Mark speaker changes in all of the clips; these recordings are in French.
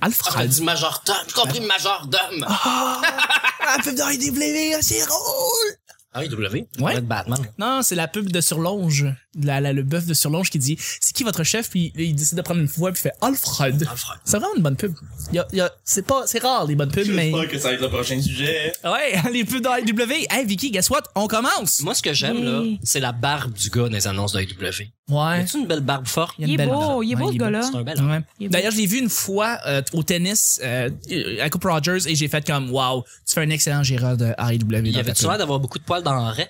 Speaker 1: Alfred.
Speaker 2: Ah, t'as dit majordome. J'ai compris majordome.
Speaker 1: Ah, la pub de RDW, c'est drôle.
Speaker 2: Ah oui, W.
Speaker 1: Ouais.
Speaker 2: de Batman.
Speaker 1: Non, c'est la pub de Surlonge. La, la- le bœuf de Surlonge qui dit C'est qui votre chef Puis il décide de prendre une voix puis il fait Alfred.
Speaker 2: Alfred.
Speaker 1: C'est vraiment une bonne pub. Il y a- il y a- c'est pas, c'est rare les bonnes pubs, mais.
Speaker 3: J'espère que ça va être le prochain sujet.
Speaker 1: Ouais, les pubs de IW. Hey Vicky, guess what? On commence!
Speaker 2: Moi, ce que j'aime, là, c'est la barbe du gars dans les annonces de AEW.
Speaker 1: Ouais.
Speaker 2: As-tu une belle barbe forte?
Speaker 1: y Mm. a une
Speaker 4: Il est
Speaker 1: belle
Speaker 4: beau,
Speaker 1: barbe.
Speaker 4: il est
Speaker 1: Ouais, il
Speaker 4: beau ce
Speaker 1: est
Speaker 4: gars-là.
Speaker 2: C'est un bel homme.
Speaker 1: Ouais.
Speaker 4: Il est beau.
Speaker 1: D'ailleurs, je l'ai vu une fois euh, au tennis euh, à Coupe Rogers et j'ai fait comme Wow, tu fais un excellent gérard de IW.
Speaker 2: Il
Speaker 1: dans
Speaker 2: avait-tu
Speaker 1: ta
Speaker 2: l'air d'avoir beaucoup de poils dans le raie?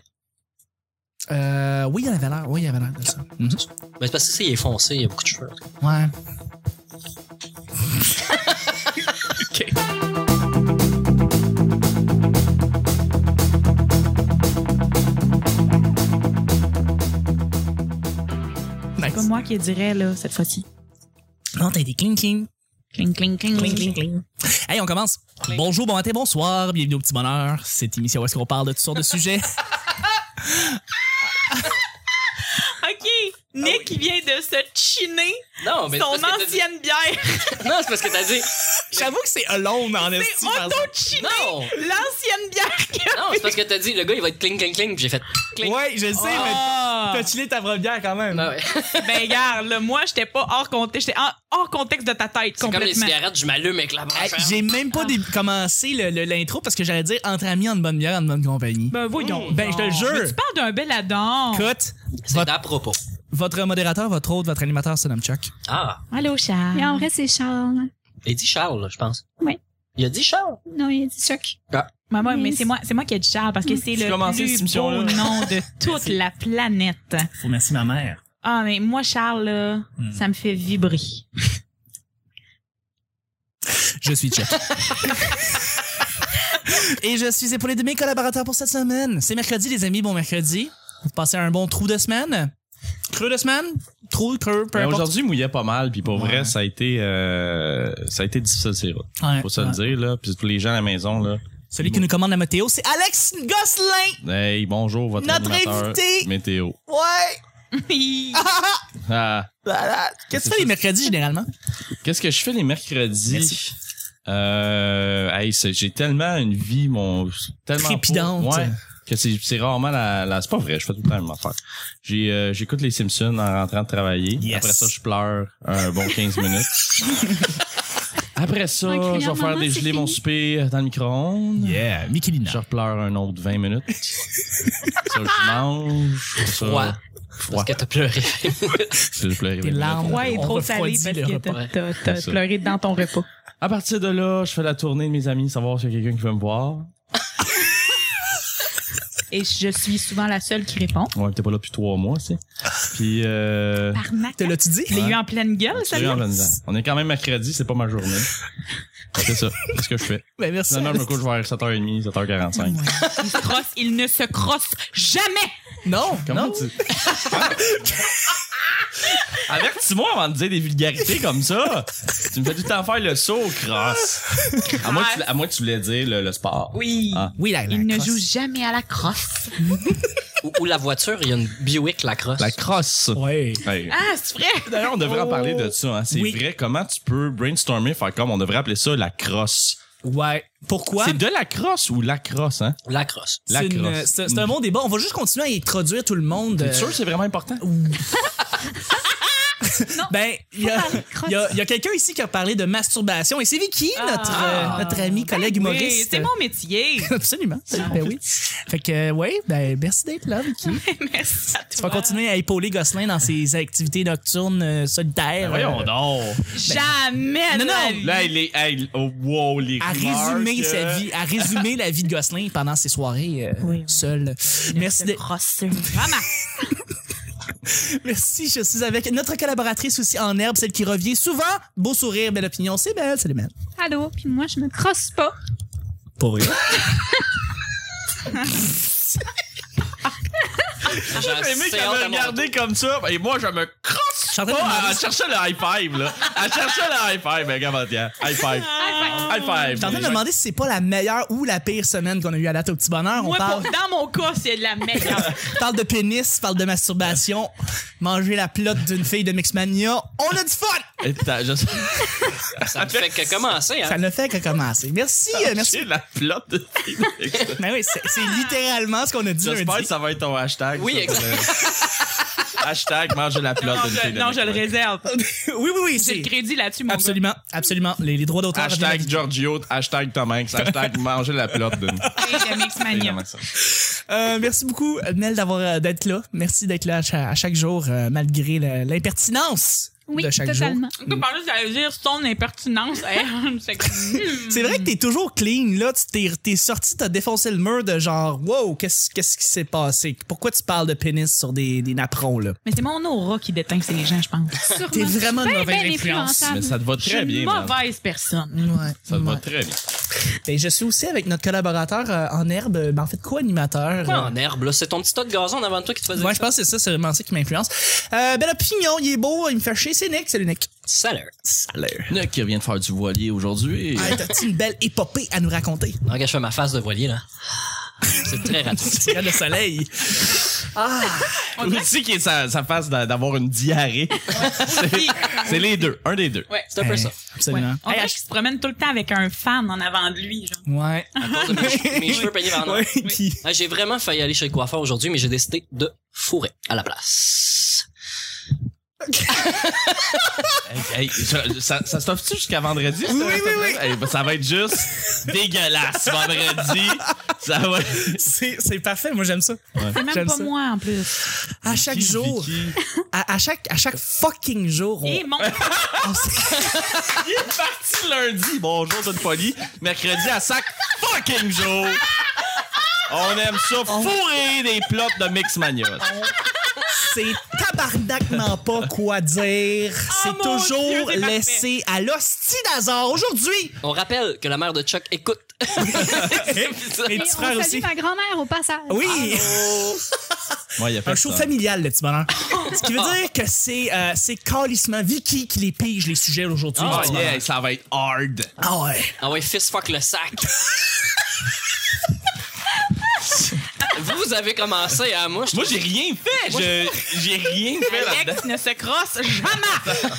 Speaker 1: pub. Euh, oui, il y en avait l'air. Oui, il y en avait l'air de ça. Mhm.
Speaker 2: Mais Ben, c'est parce que c'est, il est foncé, il a beaucoup de cheveux.
Speaker 1: Ouais.
Speaker 4: C'est pas
Speaker 1: Nice.
Speaker 4: moi qui dirais, là, cette fois-ci.
Speaker 1: Non, t'as des cling cling.
Speaker 4: Cling, cling, cling.
Speaker 1: Cling, cling, cling. Hey, on commence. Bonjour, bon matin, bonsoir. Bienvenue au petit bonheur. Cette émission où est-ce qu'on parle de toutes sortes de sujets.
Speaker 4: OK. Nick, il vient de se chiner
Speaker 2: Non, mais
Speaker 4: son
Speaker 2: c'est Ah, ben, parce que t'as dit-
Speaker 4: ancienne bière.
Speaker 2: Non, c'est parce que t'as dit.
Speaker 1: J'avoue que c'est alone en
Speaker 4: C'est
Speaker 1: esti. par exemple.
Speaker 4: auto-chiné
Speaker 2: Non! Ah!
Speaker 4: l'ancienne bière qu'il a
Speaker 2: Non, c'est parce que t'as dit, le gars, il va être cling, cling, cling, puis j'ai fait cling.
Speaker 1: Ouais, je le sais,
Speaker 4: Ah.
Speaker 1: mais t'as chillé ta première quand même.
Speaker 2: Ah ouais.
Speaker 4: Ben, regarde, là, moi, j'étais pas hors contexte. J'étais en- hors contexte de ta tête,
Speaker 2: C'est comme les
Speaker 4: complètement.
Speaker 2: cigarettes, je m'allume avec la
Speaker 1: Hey,
Speaker 2: branche.
Speaker 1: J'ai même pas dé- commencé le- le- l'intro parce que j'allais dire entre amis, en bonne bière, en bonne compagnie.
Speaker 4: Ben, voyons.
Speaker 1: Ben, je te le
Speaker 4: donc.
Speaker 1: jure.
Speaker 4: Mais Tu parles d'un bel Adam.
Speaker 1: Écoute,
Speaker 2: C'est
Speaker 1: votre,
Speaker 2: à propos.
Speaker 1: votre modérateur, votre hôte, votre animateur se nomme Chuck.
Speaker 2: Ah,
Speaker 4: Allô, Charles.
Speaker 5: Mais en vrai, c'est Charles.
Speaker 2: il dit Charles, là, je pense.
Speaker 5: Ouais.
Speaker 2: Il a dit Charles.
Speaker 5: Non, il a dit Chuck.
Speaker 4: Maman, mais
Speaker 5: Yes.
Speaker 4: c'est moi, c'est moi qui ai dit Charles parce que c'est
Speaker 3: Tu
Speaker 4: le
Speaker 3: commences cette
Speaker 4: plus beau
Speaker 3: émission-là.
Speaker 4: nom de toute la planète.
Speaker 1: Faut merci ma mère.
Speaker 4: Ah, mais moi, Charles, là,
Speaker 1: Hmm.
Speaker 4: ça me fait vibrer.
Speaker 1: Je suis Chuck. Et je suis épaulé de mes collaborateurs pour cette semaine. C'est mercredi, les amis. Bon mercredi. Vous passez un bon trou de semaine. Creux de semaine? Trou, creux, peu importe.
Speaker 3: Mais Ben, Aujourd'hui, il mouillait pas mal, puis pour
Speaker 1: Ouais.
Speaker 3: vrai, ça a été, euh, ça a été difficile, ces routes.
Speaker 1: Ouais,
Speaker 3: Faut se
Speaker 1: ouais.
Speaker 3: le dire, là. Puis pour les gens à la maison, là.
Speaker 1: Celui qui nous commande la météo, c'est Alex Gosselin.
Speaker 3: Hey, bonjour, votre
Speaker 1: Notre
Speaker 3: animateur
Speaker 1: invité!
Speaker 3: météo.
Speaker 1: Ouais.
Speaker 3: Ah,
Speaker 1: Voilà. Qu'est-ce que tu fais les mercredis généralement?
Speaker 3: Qu'est-ce que je fais les mercredis?
Speaker 1: Merci.
Speaker 3: Euh, hey, c'est- j'ai tellement une vie, mon, tellement
Speaker 1: Trépidante.
Speaker 3: pauvre, ouais, que c'est, c'est rarement la, la- c'est pas vrai, je fais tout le temps la même affaire. J'ai, euh, j'écoute les Simpsons en rentrant de travailler.
Speaker 1: Yes.
Speaker 3: Après ça, je pleure un bon 15 minutes. Après ça,
Speaker 5: En criant,
Speaker 3: je vais faire
Speaker 5: Maman, c'est
Speaker 3: dégeler mon
Speaker 5: fini.
Speaker 3: souper dans le micro-ondes.
Speaker 1: Yeah, Mickey Lina.
Speaker 3: Je repleure un autre 20 minutes. ça, je mange. Ça,
Speaker 2: Froid. Parce
Speaker 3: Froid.
Speaker 2: que t'as pleuré.
Speaker 3: Je
Speaker 1: Tes
Speaker 3: pleurais vingt minutes.
Speaker 1: larmes.
Speaker 4: Ouais, et
Speaker 1: On
Speaker 4: trop salé
Speaker 1: refroidit
Speaker 4: parce
Speaker 1: le
Speaker 4: que
Speaker 1: repas.
Speaker 4: t'as- t'as- t'as
Speaker 3: ça.
Speaker 4: pleuré dans ton repas.
Speaker 3: À partir de là, je fais la tournée de mes amis, savoir s'il y a quelqu'un qui veut me voir.
Speaker 4: Et je suis souvent la seule qui répond.
Speaker 3: Ouais, t'es pas là depuis trois mois, tu sais. Puis, euh,
Speaker 4: Par ma
Speaker 1: Te l'as-tu dit?
Speaker 4: Je l'ai eu en pleine gueule,
Speaker 3: j'ai eu
Speaker 4: celle-là.
Speaker 3: en plein dedans. on est quand même mercredi, c'est pas ma journée. C'est ça. C'est ce que je fais.
Speaker 1: Ben, merci.
Speaker 3: Finalement, je me couche vers 7h30, 7h45.
Speaker 4: Il se crosse, il ne se crosse jamais.
Speaker 1: Non,
Speaker 3: Comment
Speaker 1: non.
Speaker 3: tu. Ah! Avertis-moi avant de dire des vulgarités comme ça. Tu me fais tout le temps faire le saut, cross. À moins que tu, à moins que tu voulais dire le, le sport.
Speaker 4: Oui.
Speaker 3: Ah.
Speaker 1: Oui, la, la
Speaker 4: Il ne
Speaker 1: crosse.
Speaker 4: joue jamais à la crosse.
Speaker 2: ou, ou la voiture, il y a une Buick Lacrosse.
Speaker 3: La crosse.
Speaker 1: Ouais.
Speaker 3: Hey.
Speaker 4: Ah, c'est vrai.
Speaker 3: D'ailleurs, on devrait en parler de ça. hein. C'est
Speaker 1: Oui.
Speaker 3: vrai, comment tu peux brainstormer, faire comme on devrait appeler ça la crosse.
Speaker 1: Ouais. Pourquoi?
Speaker 3: C'est de la crosse ou la crosse, hein?
Speaker 2: Lacrosse.
Speaker 3: La
Speaker 1: C'est une-
Speaker 3: crosse.
Speaker 1: C'est c'est un bon débat. On va juste continuer à introduire tout le monde.
Speaker 3: T'es
Speaker 1: euh,
Speaker 3: sûr que c'est vraiment important?
Speaker 1: Ben, il y a,
Speaker 5: parler de crosse.
Speaker 1: il y a- il y a quelqu'un ici qui a parlé de masturbation. Et c'est Vicky, notre,
Speaker 4: Ah.
Speaker 1: euh, notre ami, collègue
Speaker 4: Oui,
Speaker 1: humoriste.
Speaker 4: c'est mon métier.
Speaker 1: Absolument. Ben oui. Fait que, euh, ouais, ben, merci d'être là, Vicky.
Speaker 4: Merci à
Speaker 1: Tu vas
Speaker 4: toi.
Speaker 1: continuer à épauler Gosselin dans ses activités nocturnes euh, solitaires.
Speaker 3: Ben Voyons
Speaker 1: euh,
Speaker 3: donc!
Speaker 4: Jamais.
Speaker 1: Non,
Speaker 4: de la
Speaker 1: non.
Speaker 4: vie.
Speaker 3: Là, il est. hey, oh, wow, les
Speaker 1: à
Speaker 3: rumeurs
Speaker 1: résumer
Speaker 3: que-
Speaker 1: sa vie, à résumer la vie de Gosselin pendant ses soirées euh,
Speaker 4: Oui, oui.
Speaker 1: seul. Merci,
Speaker 4: Se
Speaker 1: de-
Speaker 4: crosser. Vraiment.
Speaker 1: merci, je suis avec notre collaboratrice aussi en herbe, celle qui revient souvent. Beau sourire, belle opinion, c'est belle, c'est les mêmes.
Speaker 5: Allô, puis moi, je me crosse pas.
Speaker 1: Pour vrai.
Speaker 2: J'ai
Speaker 3: J'ai aimé
Speaker 2: assez
Speaker 3: qu'elle
Speaker 2: hâte
Speaker 3: me
Speaker 2: à mon-
Speaker 3: regardait comme ça, et moi, je me
Speaker 1: Je
Speaker 3: crosse
Speaker 1: suis en
Speaker 3: pas!
Speaker 1: train de demander-
Speaker 3: Elle cherchait le ben, high five, là! Elle cherchait le high five, mais regarde, tiens. High five!
Speaker 5: Ah, ouais.
Speaker 3: high five.
Speaker 1: T'es en train de me demander si c'est pas la meilleure ou la pire semaine qu'on a eue à date au petit bonheur. On
Speaker 4: Moi,
Speaker 1: parle, euh,
Speaker 4: pour- dans mon cas, c'est de la meilleure.
Speaker 1: parle de pénis, parle de masturbation, manger la plotte d'une fille de Mixmania. On a du fun!
Speaker 3: Et putain, je sais.
Speaker 2: Ça ne fait que commencer, hein?
Speaker 1: Ça ne fait que commencer. Merci, euh, merci.
Speaker 3: J'ai la flotte de
Speaker 4: Ah,
Speaker 1: Ben oui, c'est c'est littéralement ce qu'on a dit
Speaker 3: J'espère que
Speaker 1: lundi.
Speaker 3: ça va être ton hashtag.
Speaker 2: Oui,
Speaker 3: ça,
Speaker 2: exact.
Speaker 3: pour le- hashtag mange la
Speaker 4: Non,
Speaker 3: flotte de
Speaker 4: je, non, je le réserve.
Speaker 1: Oui, oui, oui.
Speaker 4: J'ai le
Speaker 1: c'est-
Speaker 4: crédit là-dessus, mon gars.
Speaker 1: Absolument, absolument. Les, les droits d'auteur.
Speaker 3: Hashtag Giorgio, hashtag Tom Hanks, hashtag manger la flotte de
Speaker 4: C'est la Mixmania.
Speaker 1: Euh, merci beaucoup, Nel, d'avoir euh, d'être là. Merci d'être là à, cha- à chaque jour, euh, malgré le- l'impertinence
Speaker 5: Oui,
Speaker 1: de chaque
Speaker 5: totalement.
Speaker 4: On peut parler de dire son impertinence. hein. C'est comme-
Speaker 1: jour. C'est vrai que t'es toujours clean, là. Tu t'es, t'es sorti, t'as défoncé le mur de genre, wow, qu'est-ce, qu'est-ce qui s'est passé? Pourquoi tu parles de pénis sur des, des napperons, là?
Speaker 4: Mais c'est mon aura qui déteint ces gens, je pense.
Speaker 5: Sûrement.
Speaker 1: T'es vraiment une
Speaker 5: Ben,
Speaker 1: mauvaise
Speaker 5: ben
Speaker 1: influence.
Speaker 5: influençable.
Speaker 3: Mais ça te va
Speaker 4: Je suis
Speaker 3: très
Speaker 4: une
Speaker 3: bien, man.
Speaker 4: mauvaise personne.
Speaker 1: Ouais.
Speaker 3: Ça te va très bien.
Speaker 1: Ben, je suis aussi avec notre collaborateur euh, en herbe, euh, ben, en fait, co-animateur.
Speaker 2: Quoi
Speaker 1: euh,
Speaker 5: Ah.
Speaker 2: en herbe, là? C'est ton petit tas de gazon en avant de toi qui te faisait
Speaker 1: Ouais, je
Speaker 2: ça?
Speaker 1: pense que c'est ça, c'est vraiment ça qui m'influence. Euh, belle opinion, il est beau, il me fait chier, c'est Nick, salut Nick.
Speaker 2: Salaire.
Speaker 1: Salut.
Speaker 3: Nick qui vient de faire du voilier aujourd'hui.
Speaker 1: T'as-tu une belle épopée à nous raconter?
Speaker 2: Non, regarde, je fais ma face de voilier, là. C'est très rapide.
Speaker 1: Regarde le soleil.
Speaker 3: Aussi qui est sa, sa face d'a- d'avoir une diarrhée. C'est- C'est les deux, un des deux.
Speaker 4: Ouais.
Speaker 2: C'est un peu ça.
Speaker 1: Absolument.
Speaker 4: On dirait qu'il se promène tout le temps avec un fan en avant de lui. genre.
Speaker 1: Ouais.
Speaker 2: À cause de mes, che- mes Ah, cheveux peignés par
Speaker 1: Ouais, qui-
Speaker 2: Ah, J'ai vraiment failli aller chez le coiffeur aujourd'hui, mais j'ai décidé de fourrer à la place.
Speaker 3: Hey, ça ça, ça stoffe-tu jusqu'à vendredi? Oui,
Speaker 1: oui, oui.
Speaker 3: ça va être juste dégueulasse vendredi. Ça va
Speaker 1: C'est c'est parfait, moi j'aime ça.
Speaker 4: C'est même
Speaker 1: J'aime
Speaker 4: pas
Speaker 1: ça.
Speaker 4: moi en plus.
Speaker 1: À chaque jour,
Speaker 3: Vicky.
Speaker 1: à, à chaque à chaque fucking jour, on,
Speaker 4: Et mon
Speaker 1: on s-
Speaker 3: Il est parti lundi. Bonjour, Don Poli. Mercredi à sac fucking jour. On aime ça fourrer des plots de Mixmania.
Speaker 1: c'est tabarnakement pas quoi dire. c'est
Speaker 4: Oh, mon Dieu,
Speaker 1: toujours
Speaker 4: c'est parfait.
Speaker 1: laissé à l'hostie d'hasard. Aujourd'hui,
Speaker 2: On rappelle que la mère de Chuck écoute. C'est bizarre.
Speaker 1: Et
Speaker 5: Et
Speaker 1: tu
Speaker 5: on
Speaker 1: frères
Speaker 5: salue
Speaker 1: aussi.
Speaker 5: ma grand-mère au passage.
Speaker 1: Oui,
Speaker 3: Ouais, il a
Speaker 1: un show familial, le petit bonheur. Ce qui veut dire que c'est euh, c'est calissement Vicky qui les pige les sujets aujourd'hui.
Speaker 3: Oh,
Speaker 1: le petit bonheur.
Speaker 3: yeah, ça va être hard.
Speaker 1: Ah ouais.
Speaker 2: Ah ouais, fist fuck le sac. Vous avez commencé à moi. je-
Speaker 3: Moi, j'ai rien fait. Je- J'ai rien fait là-dedans.
Speaker 4: Alex ne se crosse jamais.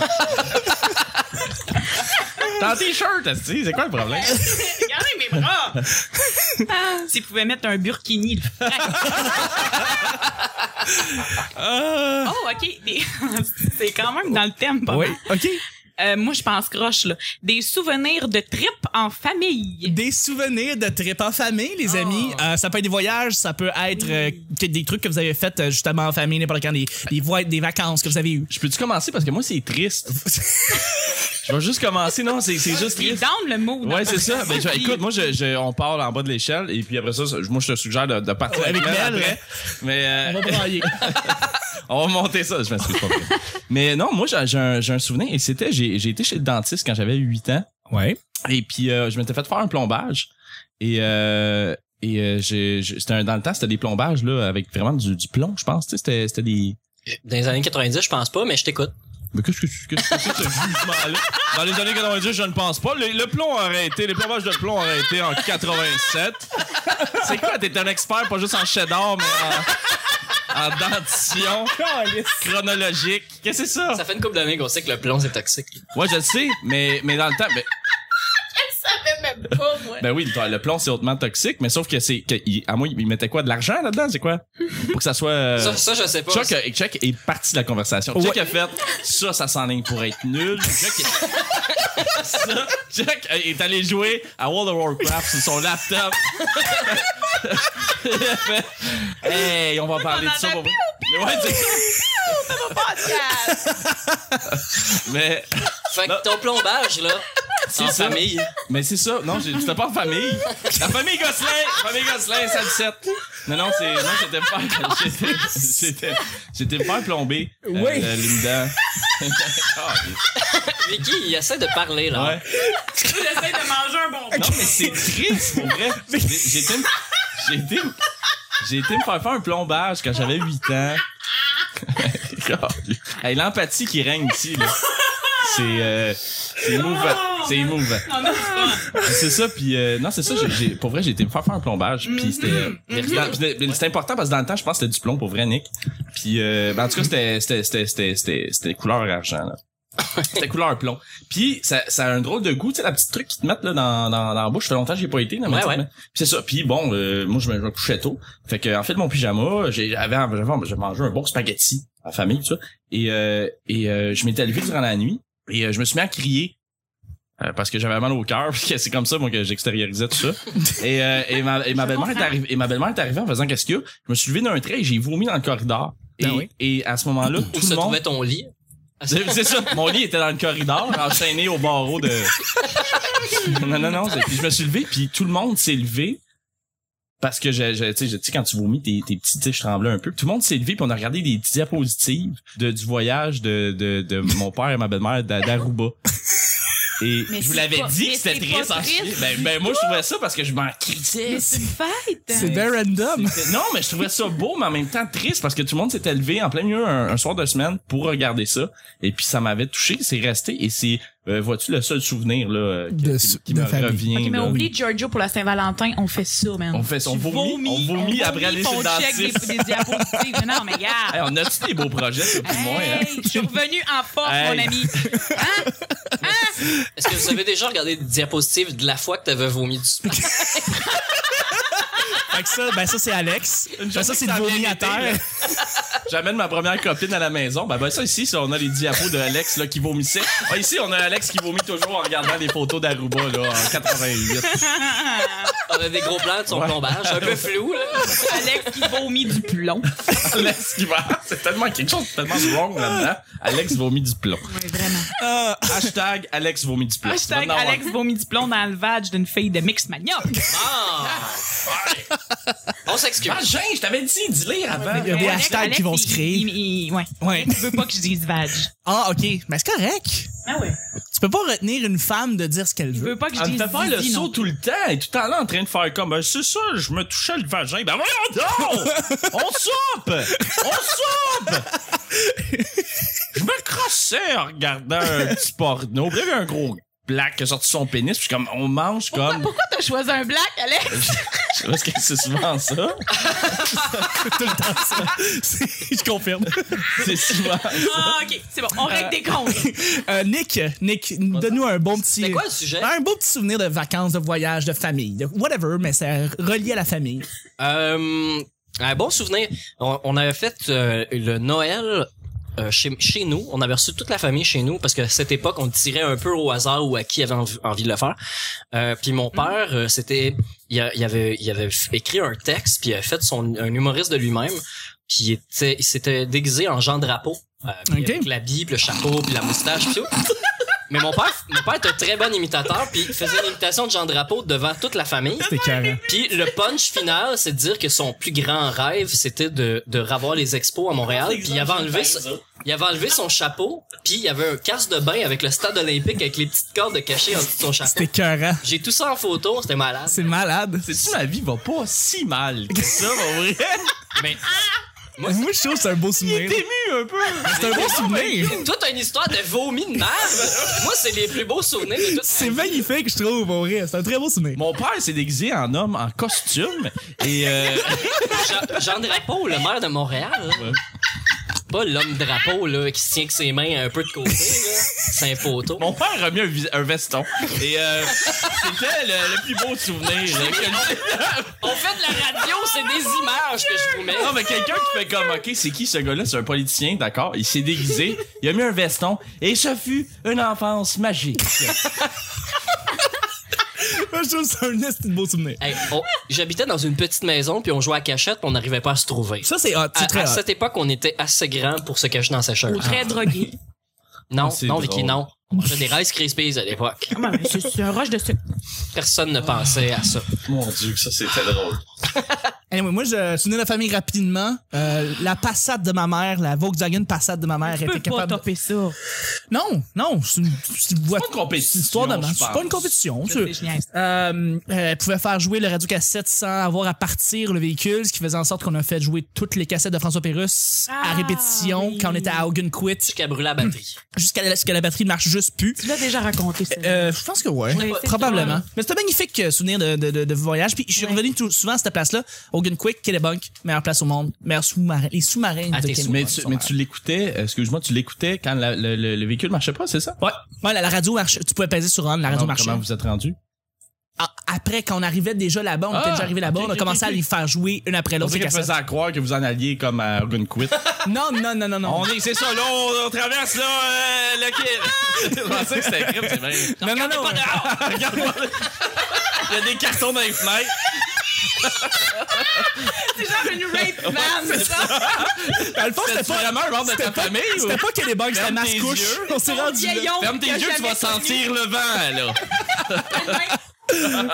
Speaker 3: T'es en t-shirt, esti, c'est quoi le problème?
Speaker 4: Regardez mes bras. Ah. S'il pouvait mettre un burkini. le ferait. oh, OK. Des- C'est quand même dans le thème. pas mal.
Speaker 1: OK.
Speaker 4: Euh, moi, je pense croche, là. Des souvenirs de trip en famille.
Speaker 1: Des souvenirs de trip en famille, les amis. Euh, ça peut être des voyages, ça peut être euh, que- des trucs que vous avez fait euh, justement en famille, n'importe quand, des, des, voies- des vacances que vous avez eues.
Speaker 3: Je peux-tu commencer? Parce que moi, c'est triste. Je vais juste commencer. Non, c'est c'est juste
Speaker 4: Il
Speaker 3: triste.
Speaker 4: donne le mot.
Speaker 3: Ouais, c'est ça. Ben, je- écoute, moi, je, je- on parle en bas de l'échelle et puis après ça, ça- moi, je te suggère de, de partir avec
Speaker 1: avec
Speaker 3: elle
Speaker 1: Mel.
Speaker 3: après. Mais euh,
Speaker 1: On va brailler.
Speaker 3: on va monter ça. Je m'excuse pas. Mais non, moi, j'ai- j'ai un, j'ai un souvenir et c'était, j'ai j'ai été chez le dentiste quand j'avais 8 ans
Speaker 1: ouais.
Speaker 3: et puis euh, je m'étais fait faire un plombage et euh, et euh, j'ai- j'ai- c'était un- dans le temps, c'était des plombages là avec vraiment du, du plomb, je pense. Tu sais, c'était c'était des
Speaker 2: Dans les années 90, je pense pas, mais je t'écoute.
Speaker 3: Mais qu'est-ce que qu'est-ce que c'est ce jugement-là? Dans les années 90, je ne pense pas. Le, le plomb aurait été, les plombages de plomb auraient été en 87. C'est quoi? T'es un expert, pas juste en cheddar, mais en, en dentition chronologique. Qu'est-ce que c'est ça?
Speaker 2: Ça fait une couple d'années qu'on sait que le plomb, c'est toxique.
Speaker 3: Ouais, je le sais, mais, mais dans le temps, mais-
Speaker 4: savais même pas, moi.
Speaker 3: ben oui, le, le plomb, c'est hautement toxique, mais sauf que c'est, que, il- à moi, il mettait quoi? De l'argent là-dedans? C'est quoi? Pour que ça soit... euh,
Speaker 2: Ça, ça, je sais pas.
Speaker 3: Chuck, a- Chuck est parti de la conversation. Chuck a fait ça, ça s'enligne pour être nul. Chuck, est- ça, Chuck est allé jouer à World of Warcraft sur son laptop. Il a fait, hey, on va parler de ça.
Speaker 4: entend
Speaker 3: pour- Ouais, c'est- mais
Speaker 2: Fait que ton plombage, là, en
Speaker 3: ça.
Speaker 2: famille.
Speaker 3: mais c'est ça. Non, j'ai- j'étais pas en famille. La famille Gosselin, la famille Gosselin, 7 Non, non, c'est non, j'étais pas j'étais j'étais j'étais pas plombé. euh,
Speaker 1: Oui.
Speaker 3: euh, Linda. Ah,
Speaker 2: Vicky, il essaie de parler, là.
Speaker 3: Ouais.
Speaker 4: J'essaie de manger un bonbon.
Speaker 3: Non, mais c'est triste, pour vrai. J'ai j'ai été, me- j'ai été, me- j'ai été me faire faire un plombage quand j'avais 8 ans. God. hey, l'empathie qui règne ici, là. C'est, euh, c'est émouvant. C'est move. C'est ça, puis euh, non, c'est ça. j'ai- j'ai- pour vrai, j'ai été me faire faire un plombage,
Speaker 2: Mm-hmm.
Speaker 3: puis c'était euh, dans- puis c'était- c'était important parce que dans le temps, je pense que c'était du plomb pour vrai, Nick. Puis euh, ben, en tout cas, c'était c'était c'était c'était c'était c'était couleur argent. Là. C'était couleur plomb. Puis ça, ça a un drôle de goût, tu sais, la petite truc qui te met là, dans, dans, dans la bouche. Ça fait longtemps que j'ai pas été. Là, mais
Speaker 2: Ouais,
Speaker 3: tu
Speaker 2: ouais.
Speaker 3: te mets- Puis c'est ça. Puis bon, euh, moi, je me, je me couchais tôt. Fait que en fait, mon pyjama, j'ai- j'avais j'avais j'avais mangé un bon spaghetti en famille, tout ça. Et, euh, et euh, je m'étais levé durant la nuit et euh, je me suis mis à crier. euh, parce que j'avais mal au cœur, parce que c'est comme ça moi, que j'extériorisais tout ça. Et, euh, et ma, et ma belle-mère est arrivée, et ma belle-mère est arrivée en faisant qu'est-ce qu'il y a. Je me suis levé d'un trait et j'ai vomi dans le corridor. Et,
Speaker 1: Ah oui.
Speaker 3: et à ce moment-là, tout
Speaker 2: Où
Speaker 3: le
Speaker 2: se
Speaker 3: monde
Speaker 2: trouvait ton lit?
Speaker 3: c'est c'est ça. Mon lit était dans le corridor, enchaîné au barreau de. Non, non, non. c'est- Puis je me suis levé, puis tout le monde s'est levé. Parce que, j'ai- j'ai- tu sais, je- tu sais, quand tu vomis, tes, tes petits, tu sais, je tremblais un peu. Puis tout le monde s'est levé, puis on a regardé des diapositives de, du voyage de, de, de mon père et ma belle-mère d'A- d'Aruba. Et
Speaker 6: Mais
Speaker 3: je vous
Speaker 6: c'est
Speaker 3: l'avais
Speaker 6: pas-
Speaker 3: dit
Speaker 6: mais
Speaker 3: que
Speaker 6: c'est
Speaker 3: c'était
Speaker 6: pas
Speaker 3: triste. en
Speaker 6: triste
Speaker 3: chier. Ben, ben, moi, je trouvais ça parce que je m'en crissais.
Speaker 6: c'est une fête.
Speaker 1: C'est bien random.
Speaker 3: C'était- Non, mais je trouvais ça beau, mais en même temps triste parce que tout le monde s'était levé en plein milieu un, un soir de semaine pour regarder ça. Et puis ça m'avait touché, c'est resté. Et c'est, euh, vois-tu, le seul souvenir là, euh, qui,
Speaker 1: De
Speaker 3: qui-
Speaker 1: ce-
Speaker 3: qui
Speaker 1: de
Speaker 3: me
Speaker 1: famille.
Speaker 3: revient.
Speaker 6: Ok, mais
Speaker 3: là.
Speaker 6: oublie Giorgio pour la Saint-Valentin, on fait ça, man.
Speaker 3: On fait son
Speaker 4: Tu
Speaker 3: vomi, on vomi après aller chez
Speaker 4: on
Speaker 3: le
Speaker 4: check des,
Speaker 3: dentiste.
Speaker 4: des diapositives. Mais non, mais
Speaker 3: Hey,
Speaker 4: regarde.
Speaker 3: on a-tu des beaux projets, c'est pour moi? hein?
Speaker 4: Hey, je suis revenu en force,
Speaker 3: Hey.
Speaker 4: mon ami.
Speaker 2: Est-ce que vous avez déjà regardé des diapositives de la fois que t'avais vomi du spaghetti?
Speaker 1: Fait que ça, ben ça, c'est Alex.
Speaker 3: Une
Speaker 1: Ben, ça,
Speaker 3: journée
Speaker 1: c'est
Speaker 3: que
Speaker 1: de
Speaker 3: a
Speaker 1: vomi
Speaker 3: bien
Speaker 1: à
Speaker 3: été,
Speaker 1: terre.
Speaker 3: là. J'amène ma première copine à la maison. Ben, ben ça, ici, ça, on a les diapos de Alex là, qui vomissait. Ah, ici, on a Alex qui vomit toujours en regardant les photos d'Aruba là, en 88.
Speaker 2: On avait des gros plans de son
Speaker 3: Ouais.
Speaker 2: plombage, un peu flou, là.
Speaker 4: Alex qui vomit du plomb.
Speaker 3: Alex qui va. C'est tellement quelque chose de tellement wrong là-dedans. Alex vomit du plomb.
Speaker 6: Ouais, vraiment.
Speaker 3: Hashtag Alex vomit du plomb.
Speaker 4: Hashtag
Speaker 3: Maintenant, on-
Speaker 4: Alex vomit du plomb dans le vage d'une fille de Mixmania.
Speaker 2: Ah! On s'excuse.
Speaker 3: Vagin, Ah, je t'avais dit, dis-le avant.
Speaker 1: Il y a des
Speaker 4: Alex-
Speaker 1: hashtags qui
Speaker 4: Alex,
Speaker 1: vont
Speaker 4: il-
Speaker 1: se créer.
Speaker 4: il- il- ouais.
Speaker 1: Ouais.
Speaker 4: Tu veux pas que je dise vage.
Speaker 1: Ah, OK. Mais c'est correct.
Speaker 4: Ah ouais.
Speaker 1: Tu peux pas retenir une femme de dire ce qu'elle
Speaker 4: Tu
Speaker 1: veut.
Speaker 4: veux pas que je
Speaker 3: Elle me
Speaker 4: dise
Speaker 3: fait faire le
Speaker 4: zizi, non.
Speaker 3: saut tout le temps et tout en là en train de faire comme Ben, c'est ça, je me touchais le vagin. Ben voyons donc! On soupe! On soupe! Je me crossais en regardant un petit porno. Puis il y avait un gros black qui a sorti son pénis. Puis je suis comme on mange comme.
Speaker 6: Ah, Pourquoi t'as choisi un black, Alex?
Speaker 3: Parce que c'est souvent ça.
Speaker 1: Je confirme.
Speaker 3: C'est souvent.
Speaker 4: Ah, ok, c'est bon, on règle des comptes.
Speaker 1: Euh, Nick, Nick, donne-nous un bon petit.
Speaker 2: C'était quoi le sujet?
Speaker 1: Un beau petit souvenir de vacances, de voyage, de famille, de whatever, mais c'est relié à la famille.
Speaker 2: Euh, un bon souvenir. On, on avait fait euh, le Noël euh, chez, chez nous. On avait reçu toute la famille chez nous parce que à cette époque, on tirait un peu au hasard ou à qui avait env- envie de le faire. Euh, puis mon père, euh, c'était, il, a- il avait, il avait f- écrit un texte puis il avait fait son un humoriste de lui-même. Puis il était, il s'était déguisé en Jean Drapeau euh, puis
Speaker 1: Ok.
Speaker 2: avec l'habit, puis le chapeau, puis la moustache, puis tout. Mais mon père, mon père était un très bon imitateur, puis il faisait l'imitation de Jean Drapeau devant toute la famille.
Speaker 1: C'était carré.
Speaker 2: Puis le punch final, c'est de dire que son plus grand rêve, c'était de, de ravoir les expos à Montréal. Puis il avait enlevé, son- il avait enlevé son chapeau, puis il y avait un casque de bain avec le stade olympique avec les petites cordes cachées en dessous de son chapeau.
Speaker 1: C'était écœurant.
Speaker 2: J'ai tout ça en photo, c'était malade.
Speaker 1: hein. C'est malade.
Speaker 3: C'est-tu ma vie va pas si mal que ça, en vrai?
Speaker 2: Mais
Speaker 1: Moi, je trouve que c'est un beau souvenir.
Speaker 3: un peu.
Speaker 1: C'est un beau souvenir.
Speaker 2: toi, t'as une histoire de vomi de merde. Moi, c'est les plus beaux souvenirs de toute
Speaker 1: C'est magnifique, je trouve, au vrai. C'est un très beau souvenir.
Speaker 3: Mon père s'est déguisé en homme en costume et euh,
Speaker 2: Jean, Jean Drapeau, le maire de Montréal. là.
Speaker 3: Ouais.
Speaker 2: Pas l'homme drapeau là, qui se tient avec ses mains un peu de côté. là. C'est un photo.
Speaker 3: mon père a mis un, vis- un veston. Et euh, c'était le, le plus beau souvenir. là, que-
Speaker 2: On fait de la radio, c'est des images que je vous mets.
Speaker 3: Non, mais quelqu'un qui fait comme, OK, c'est qui ce gars-là? C'est un politicien, d'accord? Il s'est déguisé, il a mis un veston et ça fut une enfance magique.
Speaker 1: Moi, je trouve que c'est un esti de beau souvenir.
Speaker 2: Hey, on- J'habitais dans une petite maison, puis on jouait à cachette, puis on n'arrivait pas à se trouver.
Speaker 1: Ça, c'est hot.
Speaker 2: À,
Speaker 1: C'est très
Speaker 2: à
Speaker 1: hot.
Speaker 2: cette époque, on était assez grand pour se cacher dans sa chaise.
Speaker 4: Ou très drogué.
Speaker 2: Non,
Speaker 3: C'est
Speaker 2: non, Vicky,
Speaker 3: drôle.
Speaker 2: non. On mangeait des Rice Krispies à l'époque.
Speaker 4: C'est un rush de sucre.
Speaker 2: Personne ne pensait à ça.
Speaker 3: Mon Dieu, que ça, c'était drôle.
Speaker 1: Anyway, moi, je souvenir de famille rapidement. Euh, la Passat de ma mère, la Volkswagen Passat de ma mère,
Speaker 4: Tu peux
Speaker 1: était
Speaker 4: pas
Speaker 1: capable. de-
Speaker 4: taper ça.
Speaker 1: Non, non, c'est une, c'est une voiture-
Speaker 3: pas une compétition,
Speaker 1: c'est une histoire de
Speaker 3: je
Speaker 1: marche. C'est
Speaker 3: pense.
Speaker 1: pas une compétition.
Speaker 4: Ça,
Speaker 1: c'est-
Speaker 4: c'est génial.
Speaker 1: Euh, euh, elle pouvait faire jouer le radio cassette sans avoir à partir le véhicule, ce qui faisait en sorte qu'on a fait jouer toutes les cassettes de François Pérusse à
Speaker 4: Ah,
Speaker 1: répétition
Speaker 4: oui.
Speaker 1: quand on était à Haugenquitt
Speaker 2: Jusqu'à brûler la batterie.
Speaker 1: jusqu'à ce que la batterie ne marche juste plus.
Speaker 4: Tu l'as déjà raconté, ça.
Speaker 1: Euh, je pense que ouais.
Speaker 4: Oui, c'est
Speaker 1: Probablement.
Speaker 4: drôle.
Speaker 1: Mais c'était un magnifique euh, souvenir de, de, de, de voyage. Puis je suis
Speaker 4: Ouais.
Speaker 1: revenu tout- souvent à cette place-là. Hogan Quick, Killebunk, meilleure place au monde, meilleur sous-marin. Les sous-marins
Speaker 2: Ah,
Speaker 1: de
Speaker 2: t'es
Speaker 1: Québec.
Speaker 3: Mais tu, mais tu l'écoutais, euh, excuse-moi, tu l'écoutais quand la- le, le- le véhicule marchait pas, c'est ça?
Speaker 1: Ouais, ouais la, la radio marchait. Tu pouvais peser sur on, la radio
Speaker 3: Non,
Speaker 1: marchait.
Speaker 3: Comment vous êtes rendu?
Speaker 1: Ah, Après, quand on arrivait déjà là-bas, on
Speaker 3: Ah,
Speaker 1: était déjà arrivé là-bas,
Speaker 3: ok,
Speaker 1: on a
Speaker 3: ok,
Speaker 1: commencé à
Speaker 3: ok.
Speaker 1: les faire jouer une après
Speaker 3: On
Speaker 1: l'autre. les
Speaker 3: dirait qu'elle faisait
Speaker 1: cassettes.
Speaker 3: à croire que vous en alliez comme à Quitt.
Speaker 1: Non, non, non, non, non.
Speaker 3: on est, c'est ça, là, on, on traverse, là, euh, le quai. Je pensais que c'était écrit, c'est vrai.
Speaker 1: Non, non, non.
Speaker 3: Regarde-moi. Il y a des cartons dans les fenêtres.
Speaker 4: c'est genre une rape van, ça.
Speaker 1: Dans le fond, c'était pas.
Speaker 3: C'était vraiment un membre de ta
Speaker 1: C'était pas,
Speaker 3: famille ou?
Speaker 1: c'était pas Killebunk, c'était
Speaker 3: Ferme tes
Speaker 1: Mascouche.
Speaker 3: yeux.
Speaker 1: On s'est rendu là.
Speaker 4: Vieillon
Speaker 3: Ferme tes
Speaker 4: que
Speaker 3: yeux, tu
Speaker 4: j'avais
Speaker 3: vas sentir le vent, là.
Speaker 1: Ouais,
Speaker 4: Euh,
Speaker 1: ben,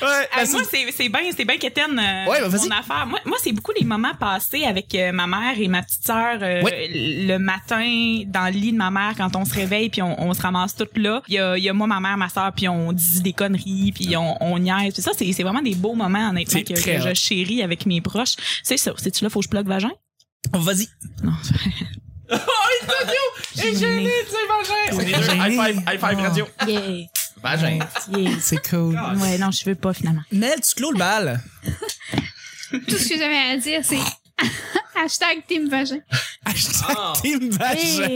Speaker 4: moi,
Speaker 1: c'est-
Speaker 4: c'est c'est bien c'est bien qu'Étienne, euh,
Speaker 1: Ouais, ben, vas-y.
Speaker 4: mon affaire. Moi, moi c'est beaucoup les moments passés avec euh, ma mère et ma petite sœur euh,
Speaker 1: Ouais.
Speaker 4: le matin dans le lit de ma mère quand on se réveille puis on, on se ramasse toutes là. Il y a, il y a moi, ma mère, ma sœur puis on dit des conneries puis on, on niaise. Puis ça, c'est c'est vraiment des beaux moments honnêtement
Speaker 1: C'est
Speaker 4: que,
Speaker 1: très
Speaker 4: que
Speaker 1: hot.
Speaker 4: je chéris avec mes proches. C'est ça. C'est tu là faut que je plug vagin.
Speaker 1: Vas-y.
Speaker 4: Non.
Speaker 1: Oh,
Speaker 3: On est deux. High five, high
Speaker 1: Ah,
Speaker 3: five radio.
Speaker 4: Yeah,
Speaker 3: Vagin.
Speaker 4: yeah.
Speaker 1: C'est cool.
Speaker 4: Ouais, non, je veux pas finalement.
Speaker 1: Mel, tu clôt le bal.
Speaker 5: Tout ce que j'avais à dire, c'est hashtag Team Vagin.
Speaker 1: Hashtag
Speaker 2: Ah.
Speaker 1: Team Vagin.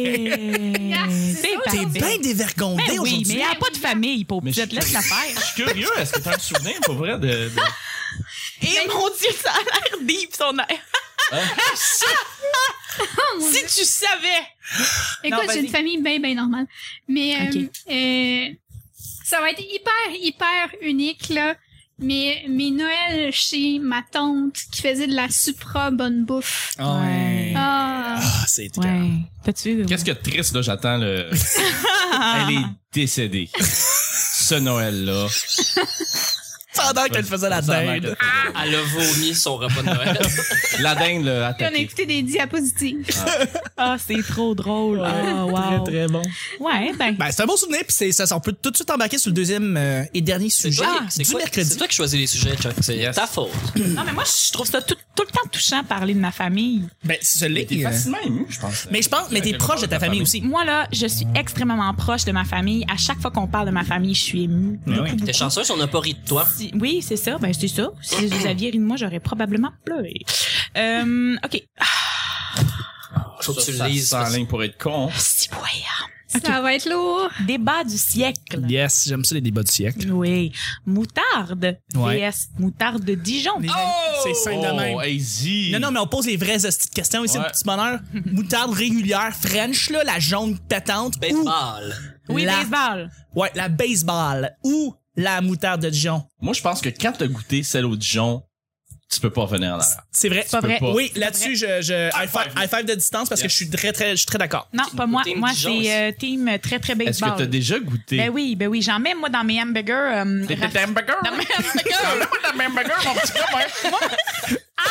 Speaker 4: c'est
Speaker 1: T'es
Speaker 4: parfait.
Speaker 1: bien dévergondé
Speaker 4: ah, Ben oui, mais
Speaker 1: aujourd'hui.
Speaker 4: elle a pas de famille, pour
Speaker 3: Mais
Speaker 4: je te
Speaker 3: je-
Speaker 4: laisse la faire.
Speaker 3: Je suis curieux, est-ce que t'as un souvenir, pour vrai, de... de-
Speaker 4: Et mon Dieu, ça a l'air deep, son air. si tu savais!
Speaker 5: Écoute,
Speaker 4: vas-y.
Speaker 5: j'ai une famille bien, bien normale. Mais euh,
Speaker 4: Ok.
Speaker 5: euh, ça va être hyper, hyper unique, là. Mais mes Noëls chez ma tante qui faisait de la supra bonne bouffe.
Speaker 1: Ah ouais.
Speaker 5: Ah,
Speaker 1: Ah, c'est écœurant.
Speaker 4: Ouais. T'as-tu vu?
Speaker 3: Qu'est-ce que triste, là, j'attends le... Elle est décédée. Ce Noël-là.
Speaker 1: Pendant qu'elle faisait la
Speaker 3: Ça m'a
Speaker 1: dinde.
Speaker 2: Elle a vomi son repas de Noël.
Speaker 3: La dinde, là,
Speaker 5: puis on a
Speaker 3: attaquée.
Speaker 5: écouté des diapositives.
Speaker 4: Ah, c'est trop drôle. Ah, wow.
Speaker 3: bon.
Speaker 4: Ouais, ben.
Speaker 1: Ben, c'est un bon souvenir, puis c'est- ça, on peut tout de suite embarquer sur le deuxième euh, et dernier
Speaker 2: C'est
Speaker 1: sujet
Speaker 2: toi, c'est
Speaker 1: du
Speaker 2: toi-
Speaker 1: mercredi.
Speaker 2: c'est toi qui choisis les sujets, Chuck. C'est
Speaker 3: Yes.
Speaker 2: ta faute.
Speaker 4: Non, mais moi, je trouve ça tout, tout le temps touchant parler de ma famille.
Speaker 1: Ben, c'est celui
Speaker 3: T'es facilement ému, je pense.
Speaker 1: Mais je pense, mais t'es
Speaker 3: Quelque
Speaker 1: proche
Speaker 3: part
Speaker 1: de ta
Speaker 3: de ta
Speaker 1: famille
Speaker 3: famille.
Speaker 1: aussi.
Speaker 4: Moi, là, je suis extrêmement proche de ma famille. À chaque fois qu'on parle de ma famille, je suis émue.
Speaker 3: Mais Ben oui.
Speaker 2: T'es chanceuse, on n'a pas ri de toi.
Speaker 4: Si- Oui, c'est ça. Ben, c'est ça. Si vous aviez ri de moi, j'aurais probablement pleuré. Euh, OK. Ah,
Speaker 2: Faut que tu
Speaker 3: Oh, Ça
Speaker 2: le lises.
Speaker 3: sent en ligne pour être con.
Speaker 4: si, voyons.
Speaker 5: Ça va être lourd.
Speaker 4: Débat du siècle.
Speaker 1: Yes, j'aime ça les débats du siècle.
Speaker 4: Oui. Moutarde.
Speaker 1: Ouais.
Speaker 4: VS. Moutarde de Dijon. Ah,
Speaker 1: C'est simple de même.
Speaker 3: Oh, easy.
Speaker 1: Non, non, mais on pose les vraies hosties de questions ici,
Speaker 3: Ouais.
Speaker 1: le petit bonheur. Moutarde régulière French, là, la jaune pétante. ou
Speaker 2: Baseball.
Speaker 4: Oui,
Speaker 1: la-
Speaker 4: baseball.
Speaker 1: Ouais, la baseball. Ou la moutarde de Dijon.
Speaker 3: Moi, je pense que quand t'as goûté celle au Dijon, tu peux pas revenir en arrière.
Speaker 1: C'est vrai.
Speaker 4: C'est pas vrai.
Speaker 3: pas.
Speaker 1: Oui, là-dessus, je, je high, five,
Speaker 3: five.
Speaker 1: high five de distance parce que
Speaker 3: Yes.
Speaker 1: je suis très, très, je suis très d'accord.
Speaker 4: Non, pas moi.
Speaker 2: Team
Speaker 4: Moi,
Speaker 2: Dijon
Speaker 4: c'est euh, team très, très baseball.
Speaker 3: Est-ce que t'as déjà goûté?
Speaker 4: Ben oui, ben oui. J'en mets, moi, dans mes hamburgers. euh,
Speaker 3: T'es
Speaker 4: raf-
Speaker 3: t'es hamburger?
Speaker 4: dans mes hamburgers. Ah!
Speaker 3: T'as hamburger, mon petit gars, moi.